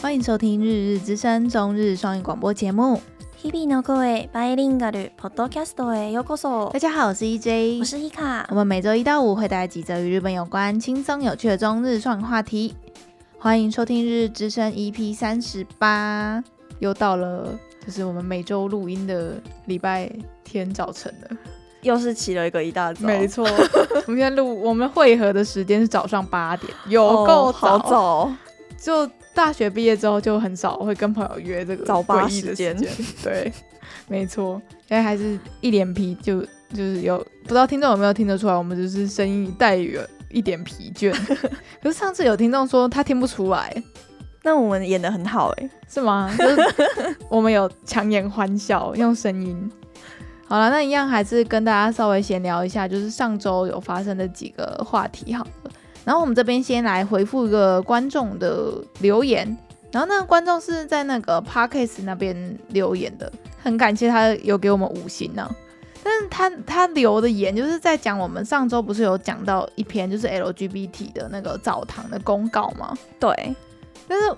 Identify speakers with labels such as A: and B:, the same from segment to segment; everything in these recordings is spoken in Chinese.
A: 欢迎收听《日日之声》中日双语广播节目。
B: 日々の声バイリンガルポッドキャストへようこそ
A: 大。家好，我是 E EJ，
B: 我是 Hika
A: 我。们每周一到五会带来几则与日本有关、轻松有趣的中日创话题。欢迎收听《日日之声》EP 三十八，又到了就是我们每周录音的礼拜天早晨了。
B: 又是起了一个一大早，
A: 没错， 我们现在录我们会合的时间是早上八点，有够
B: 哦好早哦，
A: 就大学毕业之后就很少会跟朋友约这个
B: 早八
A: 诡异的
B: 时
A: 时
B: 间
A: 间，对， 没错，现在还是一脸疲，就就是有不知道听众有没有听得出来，我们就是声音带有一点疲倦。 可是上次有听众说他听不出来，
B: 那我们演的很好哎，
A: 是吗？就是我们有强颜欢笑，用声音。好了，那一样还是跟大家稍微闲聊一下，就是上周有发生的几个话题好了。然后我们这边先来回复一个观众的留言，然后那个观众是在那个 Parkes 那边留言的，很感谢他有给我们五星呢、但是他他留的言就是在讲我们上周不是有讲到一篇就是 LGBT 的那个澡堂的公告吗？
B: 对，
A: 但是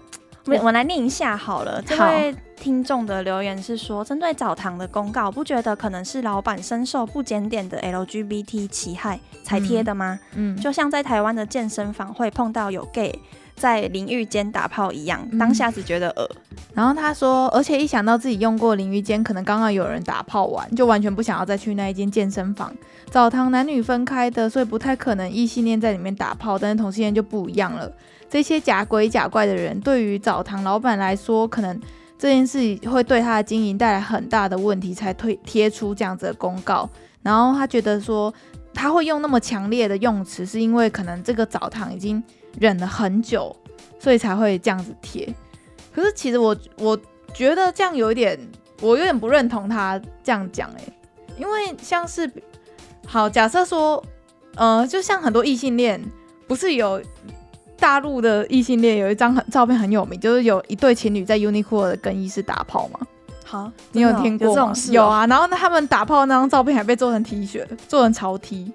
B: 我我来念一下好了。这
A: 好
B: 位听众的留言是说，针对澡堂的公告，不觉得可能是老板深受不检点的 LGBT 其害才贴的吗？
A: 嗯，
B: 就像在台湾的健身房会碰到有 gay 在淋浴间打炮一样，
A: 嗯
B: 当下只觉得呃恶。
A: 然后他说，而且一想到自己用过淋浴间，可能刚刚有人打炮完，就完全不想要再去那一间健身房。澡堂男女分开的，所以不太可能异性恋在里面打炮，但是同性恋就不一样了。这些假鬼假怪的人，对于澡堂老板来说，可能这件事会对他的经营带来很大的问题，才推贴出这样子的公告。然后他觉得说，他会用那么强烈的用词，是因为可能这个澡堂已经忍了很久，所以才会这样子贴。可是其实我我觉得这样有一点，我有点不认同他这样讲哎、因为像是好假设说，呃，就像很多异性恋，不是有大陆的异性恋有一张很照片很有名，就是有一对情侣在 Uniqlo 的更衣室打炮嘛，
B: 好，
A: 你
B: 真
A: 有
B: 的哦
A: 听过
B: 有
A: 吗
B: 这种事、
A: 有，啊，然后那他们打炮那张照片还被做成 T 恤，做成潮 T，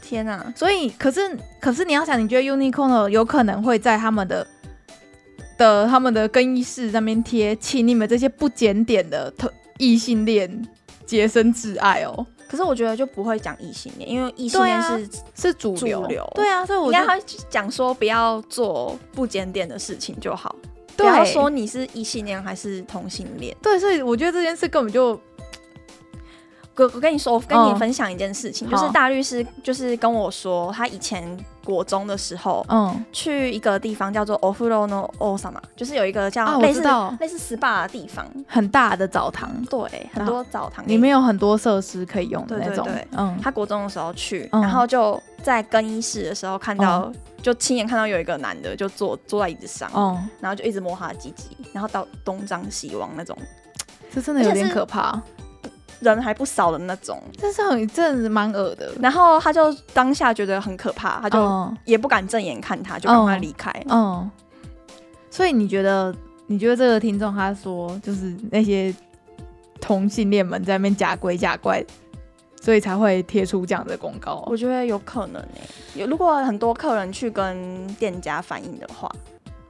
B: 天啊！
A: 所以，可是可是你要想，你觉得 Uniqlo 有可能会在他们的的他们的更衣室那边贴，请你们这些不检点的特异性恋洁身自爱哦，
B: 可是我觉得就不会讲异性恋，因为异性恋
A: 对啊
B: 是
A: 是主流。
B: 主流
A: 对啊，所以
B: 应
A: 我就
B: 该会讲说不要做不检点的事情就好，不
A: 对啊
B: 要说你是异性恋还是同性恋。
A: 对，所以我觉得这件事根本就
B: 我我跟你说，我跟你
A: 嗯
B: 分享一件事情，
A: 好
B: 就是大律师就是跟我说，他以前国中的时候
A: 嗯
B: 去一个地方叫做 o f u r o no Osama，就是有一个
A: 啊，
B: 叫
A: 我
B: 类
A: 知
B: 似、
A: 道
B: 类似 SPA 的地方，
A: 很大的澡堂
B: 对，很多澡堂
A: 里面有很多设施可以用的那种，
B: 对对
A: 嗯，
B: 他国中的时候去，
A: 嗯
B: 然后就在更衣室的时候看到，就亲眼看到有一个男的就坐坐在椅子上，
A: 哦，
B: 然后就一直摸他的鸡鸡，然后到东张西望那种，
A: 这真的有
B: 而且
A: 点
B: 是
A: 可怕，
B: 人还不少的那种。
A: 这是很真的蛮恶的，
B: 然后他就当下觉得很可怕，他就
A: 嗯
B: 也不敢正眼看他，就赶快离开。
A: 嗯，所以你觉得，你觉得这个听众他说，就是那些同性恋们在那边假鬼假怪，所以才会贴出这样的公告啊
B: 我觉得有可能诶、有如果很多客人去跟店家反映的话，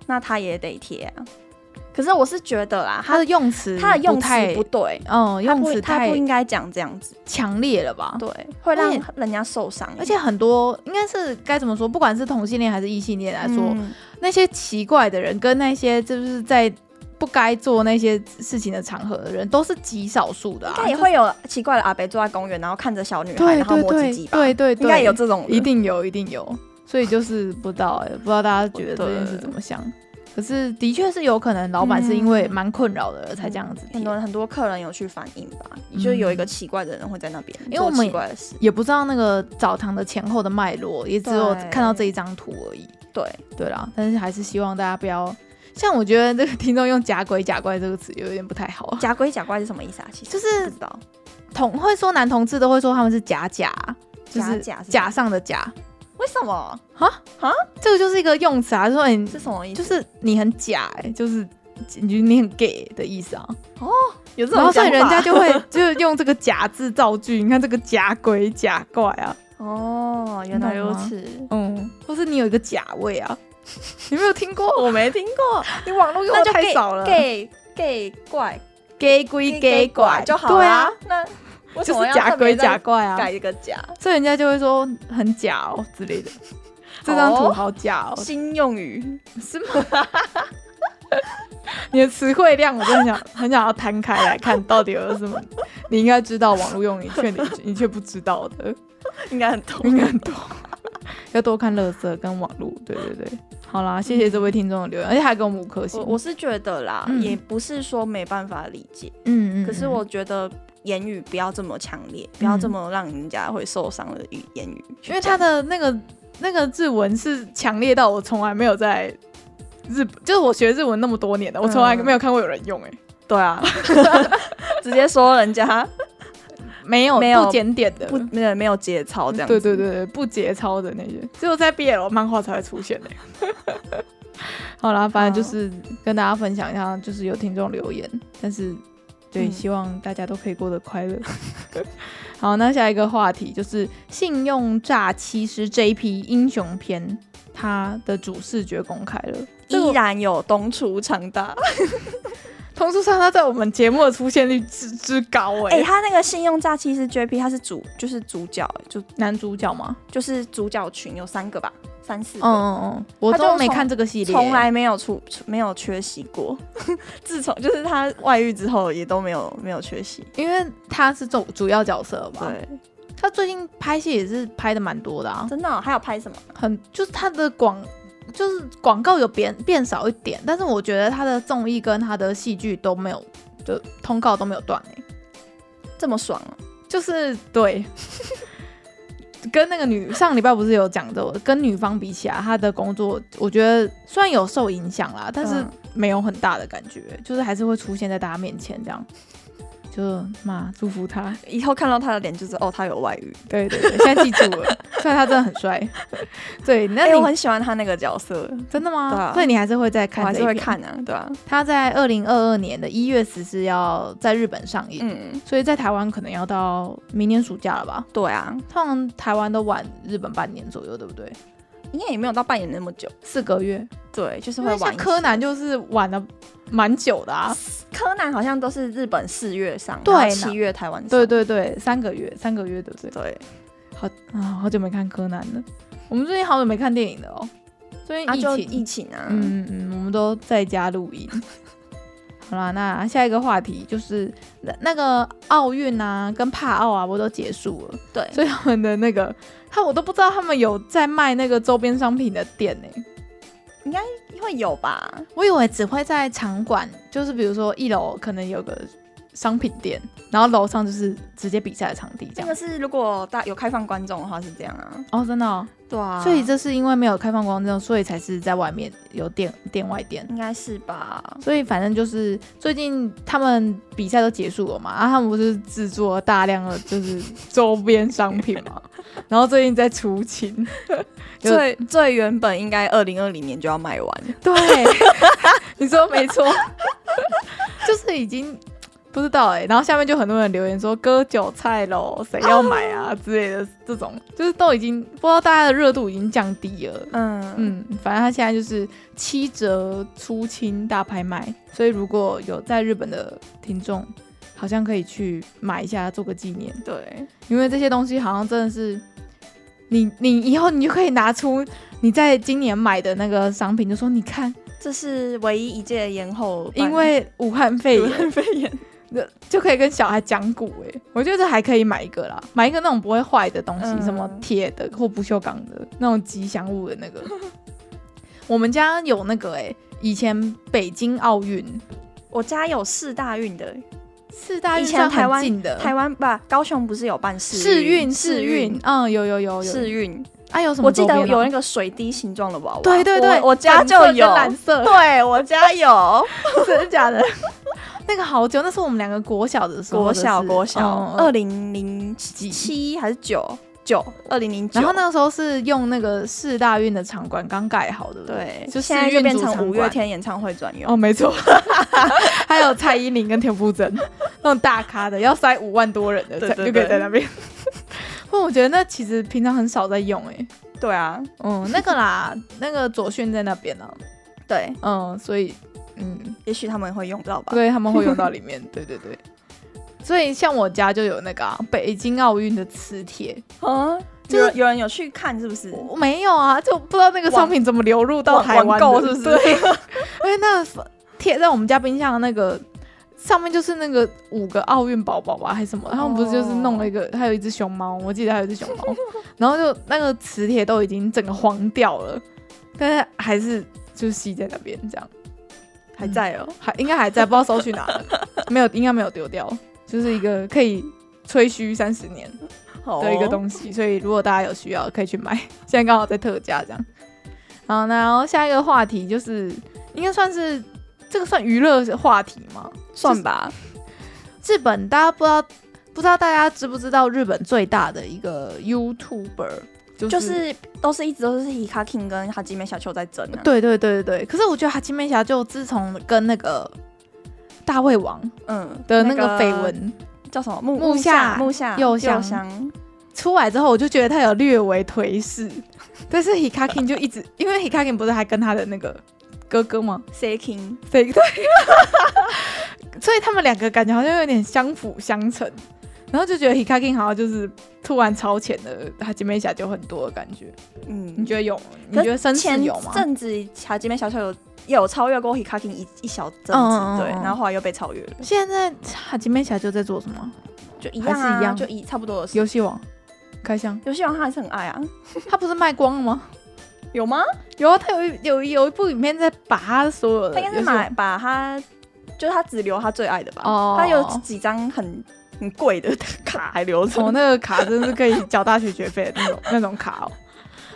B: 那他也得贴啊。可是我是觉得啦，
A: 他
B: 他
A: 的用词，
B: 他的用词
A: 太
B: 不，对，
A: 嗯，
B: 他
A: 用
B: 不
A: 词
B: 他不
A: 太
B: 应该讲这样子。
A: 强烈了吧？
B: 对，会让
A: 而且
B: 人家受伤。欸
A: 而且很多应该是该怎么说，不管是同性恋还是异性恋来
B: 来
A: 说，那些奇怪的人跟那些就是在不该做那些事情的场合的人，都是极少数的、啊，
B: 应该也会有奇怪的阿伯坐在公园，然后看着小女
A: 就
B: 孩，
A: 对
B: 然后
A: 对
B: 摸自
A: 对
B: 己吧，
A: 对对对，
B: 应该也有这种人，
A: 一定有，一定有。所以就是不知道、欸，不知道大家觉得这件事怎么想。可是的确是有可能，老板是因为蛮困扰的了才这样子贴
B: 嗯很，多人很多客人有去反映吧，
A: 嗯
B: 就有一个奇怪的人会在那边
A: 因为我
B: 做
A: 们
B: 奇怪的事。
A: 也不知道那个澡堂的前后的脉络，也只有
B: 对
A: 看到这一张图而已。
B: 对，
A: 对啦，但是还是希望大家不要，像我觉得这个听众用“假鬼假怪”这个词有点不太好，
B: 假鬼假怪是什么意思啊？其实
A: 就是
B: 不知道，
A: 同会说男同志都会说他们是假假，就是
B: 假假是
A: 假上的假，
B: 为什么？
A: 这个就是一个用词啊，就说你
B: 是什么意
A: 就
B: 思？
A: 是你很假、欸，就是你你很 gay 的意思啊。
B: 有这
A: 然
B: 种
A: 后所以
B: 讲
A: 人
B: 法
A: 家就会 就是用这个假字造句，你看这个假鬼假怪啊，
B: 哦，原来如此。
A: 嗯，或是你有一个假位啊， 你没有听过？
B: 我没听过，
A: 你网络用
B: 那
A: 的
B: 就
A: 太
B: gay
A: 少了。
B: gay gay 怪
A: gay 归 gay 拐
B: 就好
A: 对啊
B: 啦，。那为什
A: 就
B: 么
A: 是
B: 要
A: 假
B: 特
A: 鬼
B: 别
A: 假
B: 再
A: 怪啊，
B: 改一个假？
A: 所以人家就会说很假哦之类 的。这张图好假哦，
B: 新用语，
A: 是吗？ 你的词汇量，我真的想很想要摊开来看，到底有什么你应该知道网络用语，却你你却不知道的，
B: 应该很多。
A: 应该很多。要多看乐色跟网络，对对对。好啦，谢谢这位听众的留言，而且还给我们五颗星
B: 嗯我。我是觉得啦，
A: 嗯
B: 也不是说没办法理解，
A: 嗯嗯嗯
B: 可是我觉得言语不要这么强烈，不要这么让人家会受伤的语言语去
A: 因
B: 讲，
A: 为他的那个那个日文是强烈到我从来没有在日，就是我学日文那么多年的，我从来没有看过有人用、欸，哎、
B: 嗯对啊，直接说人家
A: 没有
B: 没有
A: 不检点的，
B: 不没有没有节操这样子，
A: 对对对对，不节操的那些，只有在 BL 漫画才会出现的、 好啦，反正就是跟大家分享一下，就是有听众留言，但是对，
B: 嗯
A: 希望大家都可以过得快乐。 好，那下一个话题就是信用诈欺师 JP 英雄篇，它的主视觉公开了。这
B: 依
A: 个
B: 然有东出长大。
A: 童书上他在我们节目的出现率之之高哎、
B: 哎、他那个信用诈欺是 JP，他是主就是主角，就
A: 男主角嘛，
B: 就是主角群有三个吧，三四
A: 嗯
B: 个，
A: 嗯嗯，我
B: 他就
A: 都没
B: 从
A: 看这个系列，
B: 从来没有出出没有缺席过。 自从就是他外遇之后，也都没有没有缺席。
A: 因为他是主主要角色嘛，
B: 对，
A: 他最近拍戏也是拍的蛮多的啊，
B: 真的哦、还有拍什么？
A: 很就是他的广就是广告有变变少一点，但是我觉得他的综艺跟他的戏剧都没有，就通告都没有断哎、
B: 这么爽啊！
A: 就是对。 跟那个女上礼拜不是有讲的，跟女方比起来，他的工作我觉得虽然有受影响啦，但是
B: 嗯
A: 没有很大的感觉，就是还是会出现在大家面前这样，就嘛祝福他。
B: 以后看到他的脸就是哦，他有外遇。
A: 对对对，现在记住了，虽然他真的很帅。 对，那
B: 哎、
A: 你、
B: 我很喜欢他那个角色，
A: 真的吗？
B: 对啊
A: 所以你还是会再
B: 我
A: 看，
B: 还是会。看啊，对啊，
A: 他在二零二二年的一月十四要在日本上映，
B: 嗯，
A: 所以在台湾可能要到明年暑假了吧？
B: 对啊，
A: 通常台湾都晚日本半年左右，对不对？
B: 应该也没有到扮演那么久，
A: 四个月，
B: 对，就是
A: 因
B: 会
A: 为像
B: 玩。
A: 柯南就是晚了蛮久的啊。
B: 柯南好像都是日本四月上，
A: 对
B: 然后七月台湾上，
A: 对对对，三个月，三个月对不对？
B: 对，
A: 好啊，好久没看柯南了。我们最近好久没看电影了哦，最近
B: 啊
A: 疫
B: 就
A: 情，
B: 疫情啊，
A: 嗯嗯，我们都在家录音。 好啦，那下一个话题就是那那个奥运啊，跟帕奥啊，不都结束了？
B: 对，
A: 所以他们的那个，他我都不知道他们有在卖那个周边商品的店呢、
B: 会有吧？
A: 我以为只会在场馆，就是比如说一楼可能有个商品店，然后楼上就是直接比赛的场地这
B: 这
A: 样
B: 个。是如果大有开放观众的话是这样啊，
A: 哦，真的、哦，
B: 对啊
A: 所以这是因为没有开放观众，所以才是在外面有店店外店。
B: 应该是吧？
A: 所以反正就是最近他们比赛都结束了嘛，啊，他们不是制作了大量的就是周边商品嘛，然后最近在出清，有
B: 最最原本应该二零二零年就要卖完，
A: 对， 你说没错，就是已经不知道哎、然后下面就很多人留言说割韭菜喽，谁要买啊之类的这种，就是都已经不知道大家的热度已经降低了。
B: 嗯嗯，
A: 嗯，反正他现在就是七折出清大拍卖，所以如果有在日本的听众，好像可以去买一下做个纪念，
B: 对，
A: 因为这些东西好像真的是，你你以后你就可以拿出你在今年买的那个商品，就说你看，
B: 这是唯一一届延后办，
A: 因为武汉肺
B: 武
A: 炎。
B: 汉肺炎，
A: 那就可以跟小孩讲古哎、我觉得这还可以买一个啦，买一个那种不会坏的东西，
B: 嗯
A: 什么铁的或不锈钢的那种吉祥物的那 个。我们家有那个哎、以前北京奥运
B: 我家有四大运的，
A: 四大运
B: 以前
A: 算很
B: 台湾
A: 近的
B: 台湾吧，高雄不是有办
A: 世
B: 世
A: 运世
B: 世
A: 运，嗯，有有有有
B: 世运，
A: 啊，有什么、
B: 我记得有那，个水滴形状的娃娃，
A: 对对对，
B: 我我家
A: 粉
B: 就
A: 色跟
B: 有，
A: 蓝 色，
B: 对我家 有，
A: 真的假的？那个好久，那是我们两个国小的时候
B: 国
A: 的事，
B: 小国小，
A: 嗯
B: 二零零
A: 几
B: 七还是九九，二零零九，
A: 然后？那个时候是用那个四大运的场馆刚盖好的，
B: 对，
A: 就
B: 现在
A: 世
B: 就
A: 运
B: 变
A: 主
B: 成
A: 场
B: 五
A: 馆
B: 月天演唱会专用。
A: 哦，没 错，还有蔡依林跟田馥甄那种大咖的，要塞五万多人的，
B: 对
A: 才
B: 对
A: 就可以
B: 对
A: 在那边。不过我觉得那其实平常很少在用、欸，哎，
B: 对啊，
A: 嗯，那个 啦，那个左训在那边呢、
B: 对，
A: 嗯，所以嗯，
B: 也许他们会用到吧。
A: 对，他们会用到里 面，对对对。所以像我家就有那个、啊、北京奥运的磁铁，
B: 啊，
A: 就是
B: 有有人有去看是不是？
A: 我没有啊，就不知道那个商品怎么流入到
B: 网
A: 台湾
B: 网
A: 的，
B: 购是不是
A: 对， 因为那个贴在我们家冰箱的那个上面就是那个五个奥运宝宝吧，还是什么？他们不是就是弄了一个，
B: 哦
A: 还有一只熊猫，我记得还有一只熊猫，然后就那个磁铁都已经整个黄掉了，但是还是就是吸在那边这样，
B: 还在哦，
A: 还应该还在，不知道收去哪了，没有，应该没有丢掉，就是一个可以吹嘘三十年。
B: 好哦
A: 的一个
B: 西。
A: 东西，所以如果大家有需要，可以去买。 现在刚好在特价这样。好，那然后下一个话题就是，应该算是这个算娱乐话题吗？
B: 算吧，
A: 日本大家不知道，不知道大家知不知道日本最大的一个 YouTuber 就是、
B: 就是都是一直都是 Hika King 跟哈基美小秋在争啊。
A: 对对对对对。可是我觉得哈基美侠就自从跟那个大胃王
B: 嗯
A: 的那个绯闻
B: 叫什么木
A: 木下
B: 木下
A: 右香
B: 香香
A: 出来之后，我就觉得他有略微颓势，但是 Hikakin 就一直，因为 Hikakin 不是还跟他的那个哥哥吗？
B: C King，
A: 对 对，所以他们两个感觉好像有点相辅相成，然后就觉得 Hikakin 好像就是突然超前的，他姐妹侠就很多的感觉。
B: 嗯，
A: 你觉得有吗？你
B: 可
A: 觉得绅士
B: 前
A: 有吗？
B: 阵子哈基美小秋有有超越过 Hika King 一一小阵子，
A: 嗯嗯嗯
B: 对，
A: 嗯
B: 然后后来又被超越了，
A: 现在他姐妹侠就在做什么？
B: 就一样
A: 还
B: 啊，
A: 是一样
B: 就一差不多的事。
A: 游戏王开箱，
B: 游戏王他还是很爱啊，
A: 他不是卖光了吗？
B: 有吗？
A: 有啊，他有一有一有一部影片在把他所呃有的，
B: 他应该是买把他，就是他只留他最爱的吧。
A: 哦
B: 他有几张很很贵的卡还留着。
A: 我、那个卡真是可以缴大学学费的那种那种卡哦。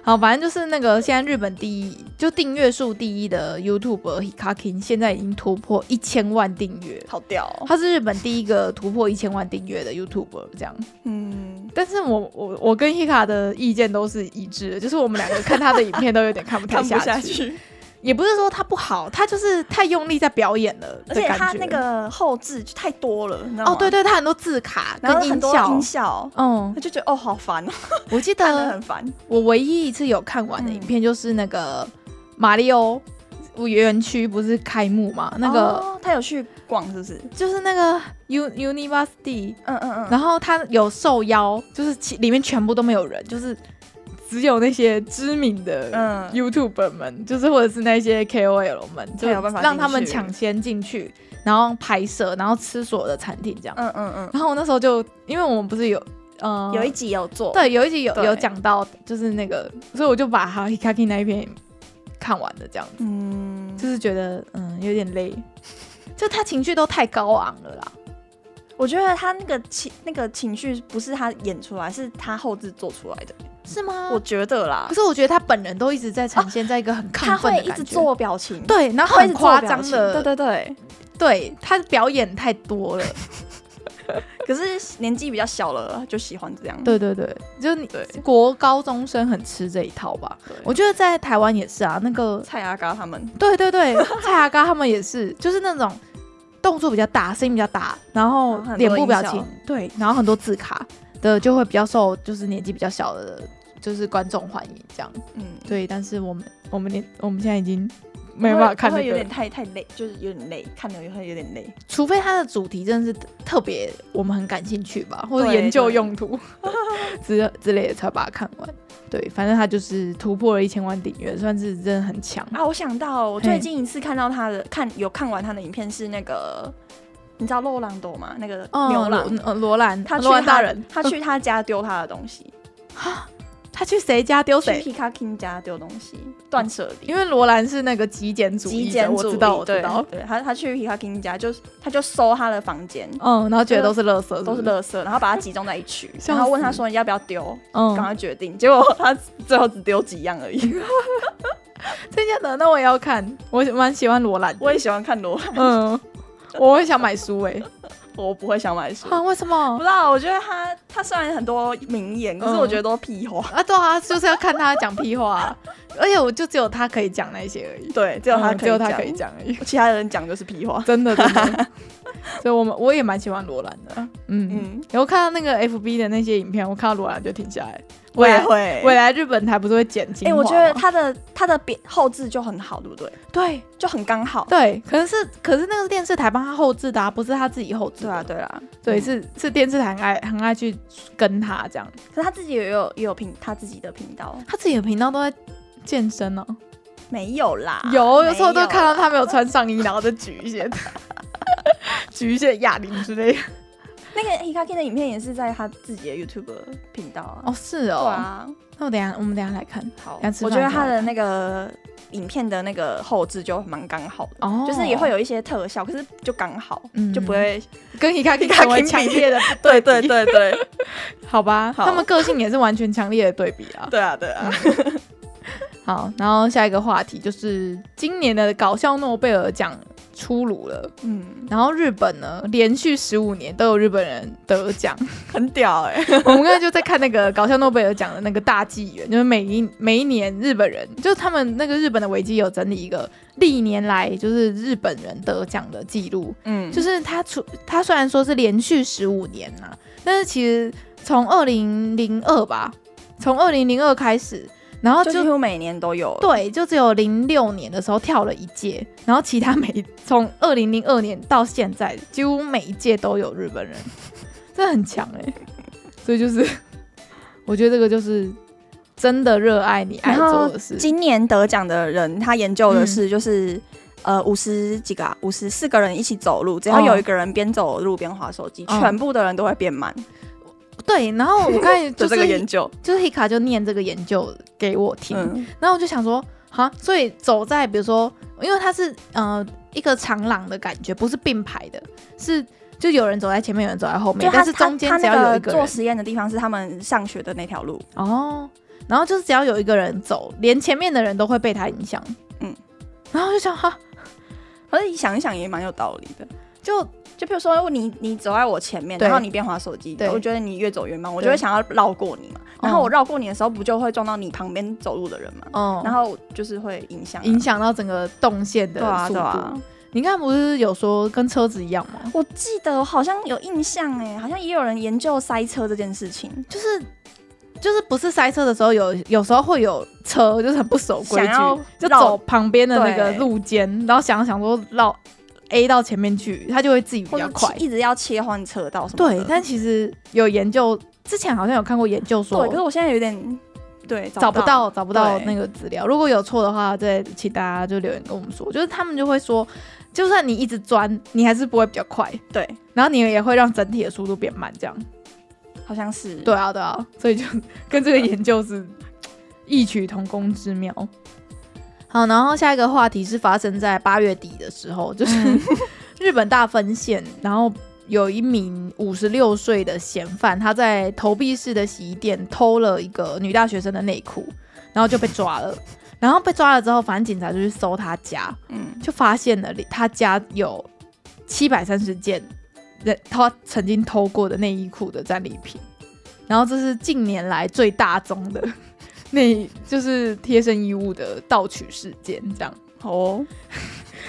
A: 好，反正就是那个现在日本第一，就订阅数第一的 YouTube Hikakin，现在已经突破一千万订阅，
B: 好屌、哦，
A: 他是日本第一个突破一千万订阅的 YouTube 这样。
B: 嗯，
A: 但是我我我跟 Hika 的意见都是一致的，就是我们两个看他的影片都有点看不太
B: 看不
A: 下
B: 下
A: 去，
B: 去，
A: 也不是说他不好，他就是太用力在表演了的
B: 而
A: 感
B: 且
A: 觉。
B: 他那个后置就太多了，你知道吗？
A: 哦，对，对，他很多字卡跟
B: 然后很
A: 音
B: 多
A: 效
B: 音，效，
A: 嗯
B: 我，就觉得哦，好烦哦，
A: 我记
B: 看得
A: 得
B: 很烦。
A: 我唯一一次有看完的
B: 嗯
A: 影片就是那个马里奥园区不是开幕嘛？那个、
B: 哦他有去逛是不是？
A: 就是那个 U University，、
B: 嗯嗯嗯，
A: 然后他有受邀，就是其里面全部都没有人，就是只有那些知名的
B: 嗯，
A: YouTuber 们，就是或者是那些 KOL 们，就
B: 才有办法
A: 让他们
B: 进去
A: 抢先进去，然后拍摄，然后吃所有的餐厅这样。
B: 嗯嗯
A: 然后我那时候就因为我们不是有呃
B: 嗯，有一集有做，，
A: 对，有一集有
B: 对
A: 有讲到，就是那个，所以我就把哈 Hikaki 那一篇看完了，这样子，
B: 嗯，
A: 就是觉得嗯有点累， 就他情绪都太高昂了啦。
B: 我觉得他那个情那个情绪不是他演出来，是他后置做出来的，
A: 是吗
B: 我觉得啦
A: 可。是我觉得他本人都一直在呈现在一个很
B: 哦他
A: 亢奋
B: 会
A: 的
B: 一
A: 感
B: 直
A: 觉，
B: 做表情，
A: 对，然后
B: 他会一
A: 很
B: 直做
A: 夸
B: 表
A: 张
B: 情
A: 的，
B: 对对对。
A: 对他的表演太多 了，
B: 可是年纪比较小了，就喜欢这样。
A: 对对对，就是你
B: 对
A: 国高中生很吃这一套吧。
B: 对
A: 我觉得在台湾也是啊，那个
B: 蔡阿嘎他们，
A: 对对对， 蔡阿嘎他们也是，就是那种动作比较大，声音比较大，然后
B: 然后很多
A: 脸部表
B: 音
A: 情
B: 效，
A: 对，然后很多字卡的就会比较受，就是年纪比较小的，就是观众欢迎这样。
B: 嗯，
A: 对，但是我们我们年我们现在已经没有办法看
B: 会
A: 这
B: 会有
A: 个
B: 点，太太累，就是有点累，看了也会有点累。
A: 除非它的主题真的是特别我们很感兴趣吧，或者
B: 对
A: 研究
B: 对
A: 用途之之类的才把它看完。对，反正它就是突破了一千万订阅，算是真的很强。
B: 啊，我想到我
A: 嘿
B: 最近一次看到他的看有看完他的影片是那个，你知道洛朗朵吗？那个
A: 哦
B: 牛郎，
A: 罗呃罗兰，
B: 他去
A: 罗兰大
B: 他
A: 人，
B: 他去他家丢他的 东西，
A: 他去谁家丢
B: 去
A: 谁？
B: 皮卡 king 家丢东西，断舍离。
A: 因为罗兰是那个极简主义
B: 极
A: 者
B: 简
A: 我
B: 主
A: 知
B: 义，
A: 道，我
B: 对
A: 知道。
B: 对，他他去皮卡 king 家，就是他就搜他的房间，
A: 嗯，然后觉得都是垃圾，
B: 都是
A: 圾。
B: 垃圾，然后把它集中在 一区，
A: 笑
B: 然后问
A: 死
B: 他说你要不要丢，赶
A: 嗯，
B: 快决定。结果 他最后只丢几样而已。
A: 真假的？那我也要看，我蛮喜欢罗兰的。
B: 我也喜欢看罗，
A: 嗯，我会想买书哎。
B: 我不会想买书。
A: 啊，为什
B: 不
A: 么？
B: 知道，我觉得他他虽然很多名言，可是
A: 嗯
B: 我觉得都屁话。
A: 啊，对啊，就是要看他讲屁话啊，而且我就只有他可以讲那些而已，
B: 对，只有
A: 嗯
B: 他可以
A: 只有
B: 讲，
A: 他可以，讲而已。
B: 其他人讲就是屁话。
A: 真的真的。所以我们我也蛮喜欢罗兰的，嗯嗯。
B: 嗯，
A: 然后看到那个 FB 的那些影片，我看到罗兰就停下来。
B: 我也
A: 未来
B: 会。
A: 未来日本台不是会剪精
B: 哎、
A: 华吗？
B: 我觉得它的它的别后置就很好，对不对？
A: 对
B: 就很刚好。
A: 对，可能是可是那个是电视台帮他后置的、啊，不是他自己后置
B: 对
A: 的。
B: 啊，对啊，
A: 对，
B: 嗯
A: 是是电视台很爱很爱去跟他这样，
B: 可是他自己也有也有频他自己的频道，
A: 他自己的频道都在健身呢、
B: 没有啦。
A: 有有时候
B: 没
A: 都
B: 有
A: 看到他没有穿上衣，然后再举一些 举一些哑铃之类的。
B: 那个 Hikaki 的影片也是在他自己的 YouTube 频道啊。
A: 哦，是
B: 对
A: 哦。
B: 啊，
A: 那我等一下我们等一下来看
B: 好
A: 等下吃
B: 我
A: 饭
B: 觉得
A: 的时候
B: 他的那个影片的那个后置就蛮刚好的。
A: 哦，
B: 就是也会有一些特效，可是就刚好，
A: 嗯
B: 就不会。
A: 跟 Hikaki
B: 跟
A: 成为
B: Hikaki
A: 强烈的
B: 对
A: 对
B: 对
A: 比
B: 对对
A: 好吧，
B: 好
A: 他们个性也是完全强烈的对比啊。
B: 对啊对啊！
A: 好，然后下一个话题就是今年的搞笑诺贝尔奖出炉了，
B: 嗯，
A: 然后日本呢连续十五年都有日本人得奖。
B: 很屌哎。
A: 我们刚才就在看那个搞笑诺贝尔奖的那个大纪元，就是每一每一年日本人，就是他们那个日本的维基有整理一个历年来就是日本人得奖的记录，
B: 嗯，
A: 就是是他除他虽然说是连续十五年呐、但是其实从二零零二吧，从二零零二开始，然后
B: 就
A: 就
B: 几乎每年都有。
A: 对，就只有零六年的时候跳了一届，然后其他每从二零零二年到现在，几乎每一届都有日 本人，这很强哎、所以就是， 我觉得这个就是真的热爱你爱
B: 然后
A: 做的事。
B: 今年得奖的人，他研究的
A: 嗯
B: 是就是、呃五十几个啊，五十四个人一起走路，只要有一个人边走路边划手机，
A: 哦
B: 全部的人都会变慢
A: 对，然后我看就
B: 的 这个研
A: 是
B: 究。
A: 就是 Hika 就念这个研究给我听，
B: 嗯
A: 然后我就想说，哈，所以走在比如说，因为它是呃一个长廊的感觉，不是并排的，是就有人走在前面，有人走在后面，但
B: 他
A: 是
B: 他
A: 中间
B: 他
A: 只要
B: 那
A: 有
B: 个
A: 一个
B: 做
A: 人
B: 实验的地方是他们上学的那条路，
A: 哦，然后就是只要有一个人走，连前面的人都会被他影响，嗯
B: 嗯，
A: 然后就想哈，
B: 可是你想一想也蛮有道理的。
A: 就
B: 就比如说你你走在我前面，
A: 对
B: 然后你边划手机
A: 对，
B: 我觉得你越走越慢，我
A: 对
B: 就会想要绕过你嘛。
A: 嗯
B: 然后我绕过你的时候，不就会撞到你旁边走路的人嘛？
A: 哦，
B: 然后嗯就是会影响啊
A: 影响到整个动线的
B: 对啊
A: 速
B: 对
A: 度。
B: 啊。
A: 你看不是有说跟车子一样吗？
B: 我记得我好像有印象哎，好像也有人研究塞车这件事情，
A: 就是就是不是塞车的时候有有时候会有车就是很不守规
B: 想要
A: 矩，就
B: 绕
A: 走旁边的那个
B: 对
A: 路肩，然后想想说绕 A 到前面去，他就会自己比
B: 或
A: 较
B: 者嗯
A: 快。
B: 一直要切换车道什么的。
A: 对，但其实有研究之前好像有看过研究说
B: 对，可是我现在有点对
A: 找不到找不到
B: 对
A: 那个资料。如果有错的话，再请大家就留言跟我们说。就是他们就会说，就算你一直钻，你还是不会比较快，
B: 对，
A: 然后你也会让整体的速度变慢。这样，
B: 好像是
A: 对啊，对啊，所以就跟这个研究是异曲同工之妙。好，然后下一个话题是发生在八月底的时候，就是 日本大分县，然后有一名五十六岁的嫌犯，他在投币式的洗衣店偷了一个女大学生的内裤，然后就被抓了。然后被抓了之后，反正警察就去搜他家，
B: 嗯，
A: 就发现了他家有七百三十件人他曾经偷过的内衣裤的战利品，然后这是近年来最大宗的 内就是贴身衣物的盗取事件，这样。
B: 好哦，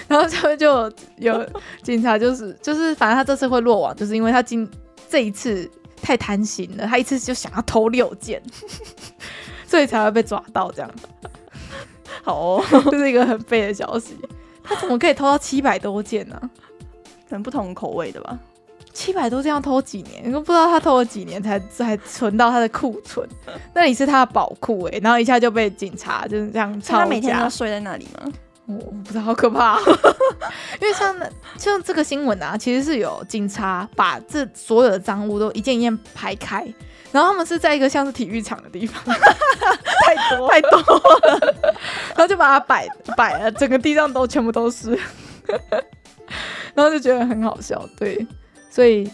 A: 然后他们就有有警察就是就是，反正他这次会落网，就是因为他今这一次太贪心了，他一次就想要偷六件， 所以才会被抓到这样。
B: 好哦，
A: 就是一个很废的消息。他怎么可以偷到七百多件呢、
B: 可能不同口味的吧。
A: 七百多件要偷几年？你都不知道他偷了几年才才存到他的库存， 那里是他的宝库哎，然后一下就被警察就是这样
B: 所以
A: 抄
B: 他每天
A: 家
B: 都睡在那里吗？
A: 我我不知道，好可怕、哦 因为像那像这个新闻啊，其实是有警察把这所有的赃物都一件一件排开，然后他们是在一个像是体育场的地方， 太多太 多了，然后就把它摆摆了，整个地上都全部都是， 然后就觉得很好笑，对，所以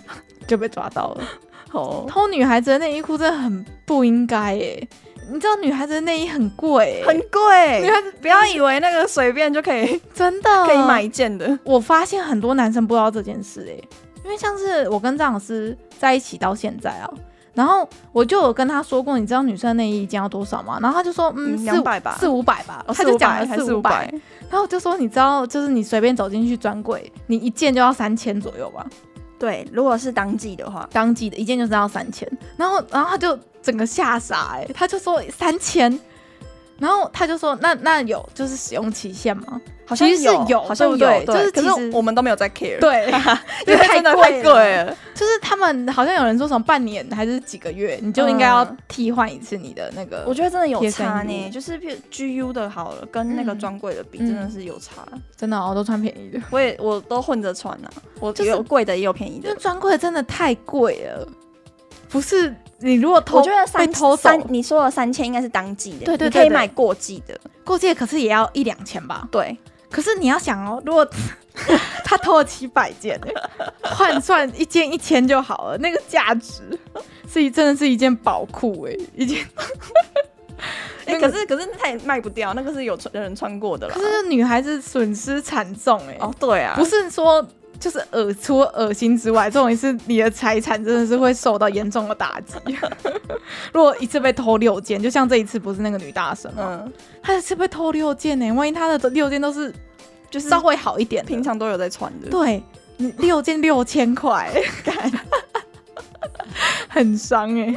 A: 就被抓到了。
B: 好哦，
A: 偷女孩子的内衣裤真的很不应该耶，你知道女孩子的内衣很贵耶，
B: 很
A: 女
B: 贵，
A: 孩子
B: 不要以为那个随便就可以
A: 真的
B: 可以买一件的。
A: 我发现很多男生不知道这件事哎、因为像是我跟张老师在一起到现在啊，然后我就有跟他说过，你知道女生内衣一件要多少吗？然后他就说，嗯，
B: 嗯
A: 四五
B: 200吧
A: 四五百吧，
B: 哦
A: 他就讲了
B: 400还
A: 四五百。
B: 400
A: 然后我就说，你知道，就是你随便走进去专柜，你一件就要三千左右吧，
B: 对，如果是当季的话，
A: 当季的一件就是要三千。然后，然后他就整个吓傻、欸，他就说三千。然后他就说，那那有就是使用期限 吗？
B: 好像
A: 其实是有
B: 好像有，
A: 对不对就是
B: 可
A: 其
B: 是
A: 实
B: 我们都没有在 care，，
A: 对，
B: 因为真的太贵
A: 了。
B: 了。
A: 就是他们好像有人说什么半年还是几个月，你就应该要替换一次你的那个。
B: 我觉得真的有
A: 贴身
B: 差
A: 衣
B: 呢，
A: 物
B: 就是譬如 GU 的好了，跟那个
A: 嗯
B: 专柜的比，
A: 嗯
B: 真的是有差。
A: 真的、哦、我都穿便宜的，
B: 我也我都混着穿呐、我
A: 就是
B: 有贵的也有便宜
A: 因为
B: 的。
A: 专柜真的太贵了，不是你如果偷，
B: 我觉得三
A: 被偷走
B: 三，你说的三千应该是当季的，
A: 对对
B: 你
A: 对
B: 可以
A: 对
B: 买过季的，
A: 过界可是也要一两千吧。
B: 对，
A: 可是你要想哦，如果 他偷了七百件，换算一件一千就好了，那个价值是一真的是一件宝库哎，一件。
B: 哎、
A: 那个
B: 可是可是它也卖不掉，那个是有穿有人穿过的啦
A: 可。是女孩子损失惨重哎、
B: 啊哦，对啊，
A: 不是说就是恶除了恶心之外，这种一次你的财产真的是会受到严重的打 击。如果一次被偷六件，就像这一次不是那个女大生吗？
B: 嗯，
A: 她一次被偷六件呢、万一她的六件都是
B: 就是
A: 稍微好一点的，
B: 平常都有在穿的。
A: 对，你六件六千块， 很伤哎、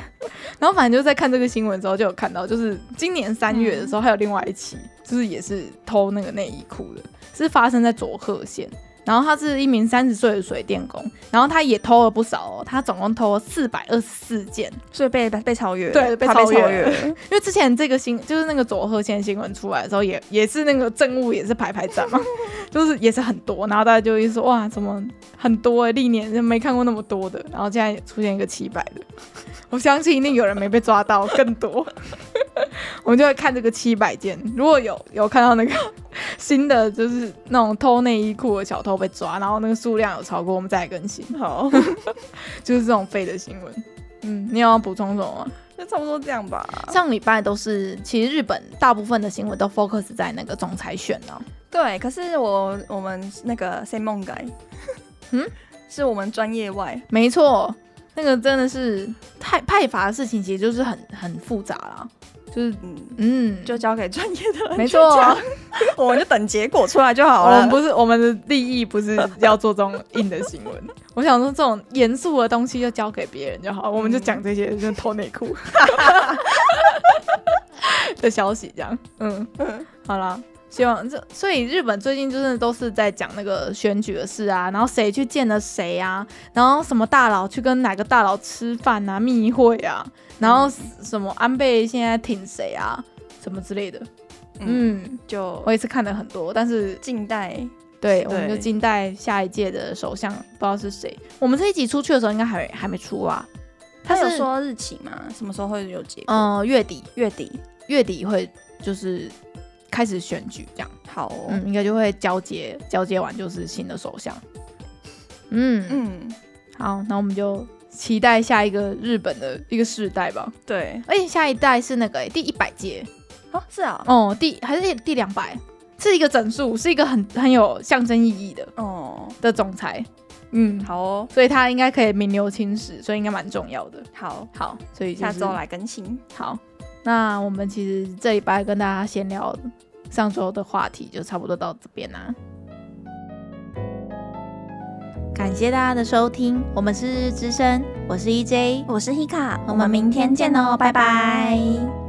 A: 然后反正就在看这个新闻之后，就有看到，就是今年三月的时候，还有另外一起，就是也是偷那个内衣裤的，是发生在佐贺县。然后他是一名三十岁的水电工，然后他也偷了不少哦，他总共偷了四百二十四件，
B: 所以被被被超越了，
A: 对被
B: 他被
A: 超
B: 超
A: 越
B: 越了。
A: 因为之前这个新就是那个佐贺县新闻出来的时候也，也是那个政务也是排排站嘛， 就是也是很多，然后大家就会说哇，怎么很多欸历年没看过那么多的，然后现在出现一个七百的， 我相信一定有人没被抓到，更多。 我们就会看这个七百件，如果有有看到那个新的，就是那种偷内衣裤的小偷被抓，然后那个数量有超过，我们再来更新，
B: 好，
A: 就是这种废的新闻。嗯，你有要补充什么吗？
B: 就差不多这样吧。
A: 上礼拜都是，其实日本大部分的新闻都 focus 在那个总裁选哦。
B: 对，可是我我们那个 C 梦改，
A: 嗯，
B: 是我们专业外，
A: 没错，那个真的是派派阀的事情，其实就是很很复杂啦，就是
B: 嗯，
A: 嗯，
B: 就交给专业的人
A: 没
B: 去
A: 错
B: 讲， 我们就等结果出来就好
A: 我
B: 了
A: 们。不是我们的利益不是要做这种硬的 新闻。我想说这种严肃的东西就交给别人就
B: 嗯
A: 好，我们就讲这些就是偷内 裤的消息这样。嗯，好啦。希望这，所以日本最近就是都是在讲那个选举的事啊，然后谁去见了谁啊，然后什么大佬去跟哪个大佬吃饭啊、密会啊，然
B: 嗯
A: 后什么安倍现在挺谁啊，什么之类的。
B: 嗯，
A: 嗯
B: 就
A: 我也是看了很多，但是
B: 近代
A: 对，
B: 对
A: 我们就静待下一届的首相，不知道是谁。我们这一集出去的时候，应该还还没出啊。
B: 他有
A: 是
B: 说日期吗？什么时候会有结果？
A: 嗯、月底
B: 月底。
A: 月底会就是开始选举这样，
B: 好哦、
A: 嗯，应该就会交接，交接完就是新的首相。嗯，
B: 嗯，
A: 好，那我们就期待下一个日本的一个世代吧。
B: 对
A: 而且哎下一代是那个、欸、第一百届，
B: 啊，是啊，
A: 哦，第还是第第两百，是一个整数，是一个很很有象征意义的
B: 哦，
A: 的总裁。嗯，
B: 好哦，
A: 所以他应该可以名留青史，所以应该蛮重要的。
B: 好，
A: 好，所以、就是、
B: 下周来更新。
A: 好。那我们其实这礼拜跟大家闲聊上周的话题，就差不多到这边啦、感谢大家的收听，我们是日日之声，我是 EJ，
B: 我是 Hika，
A: 哦我们明天见哦拜拜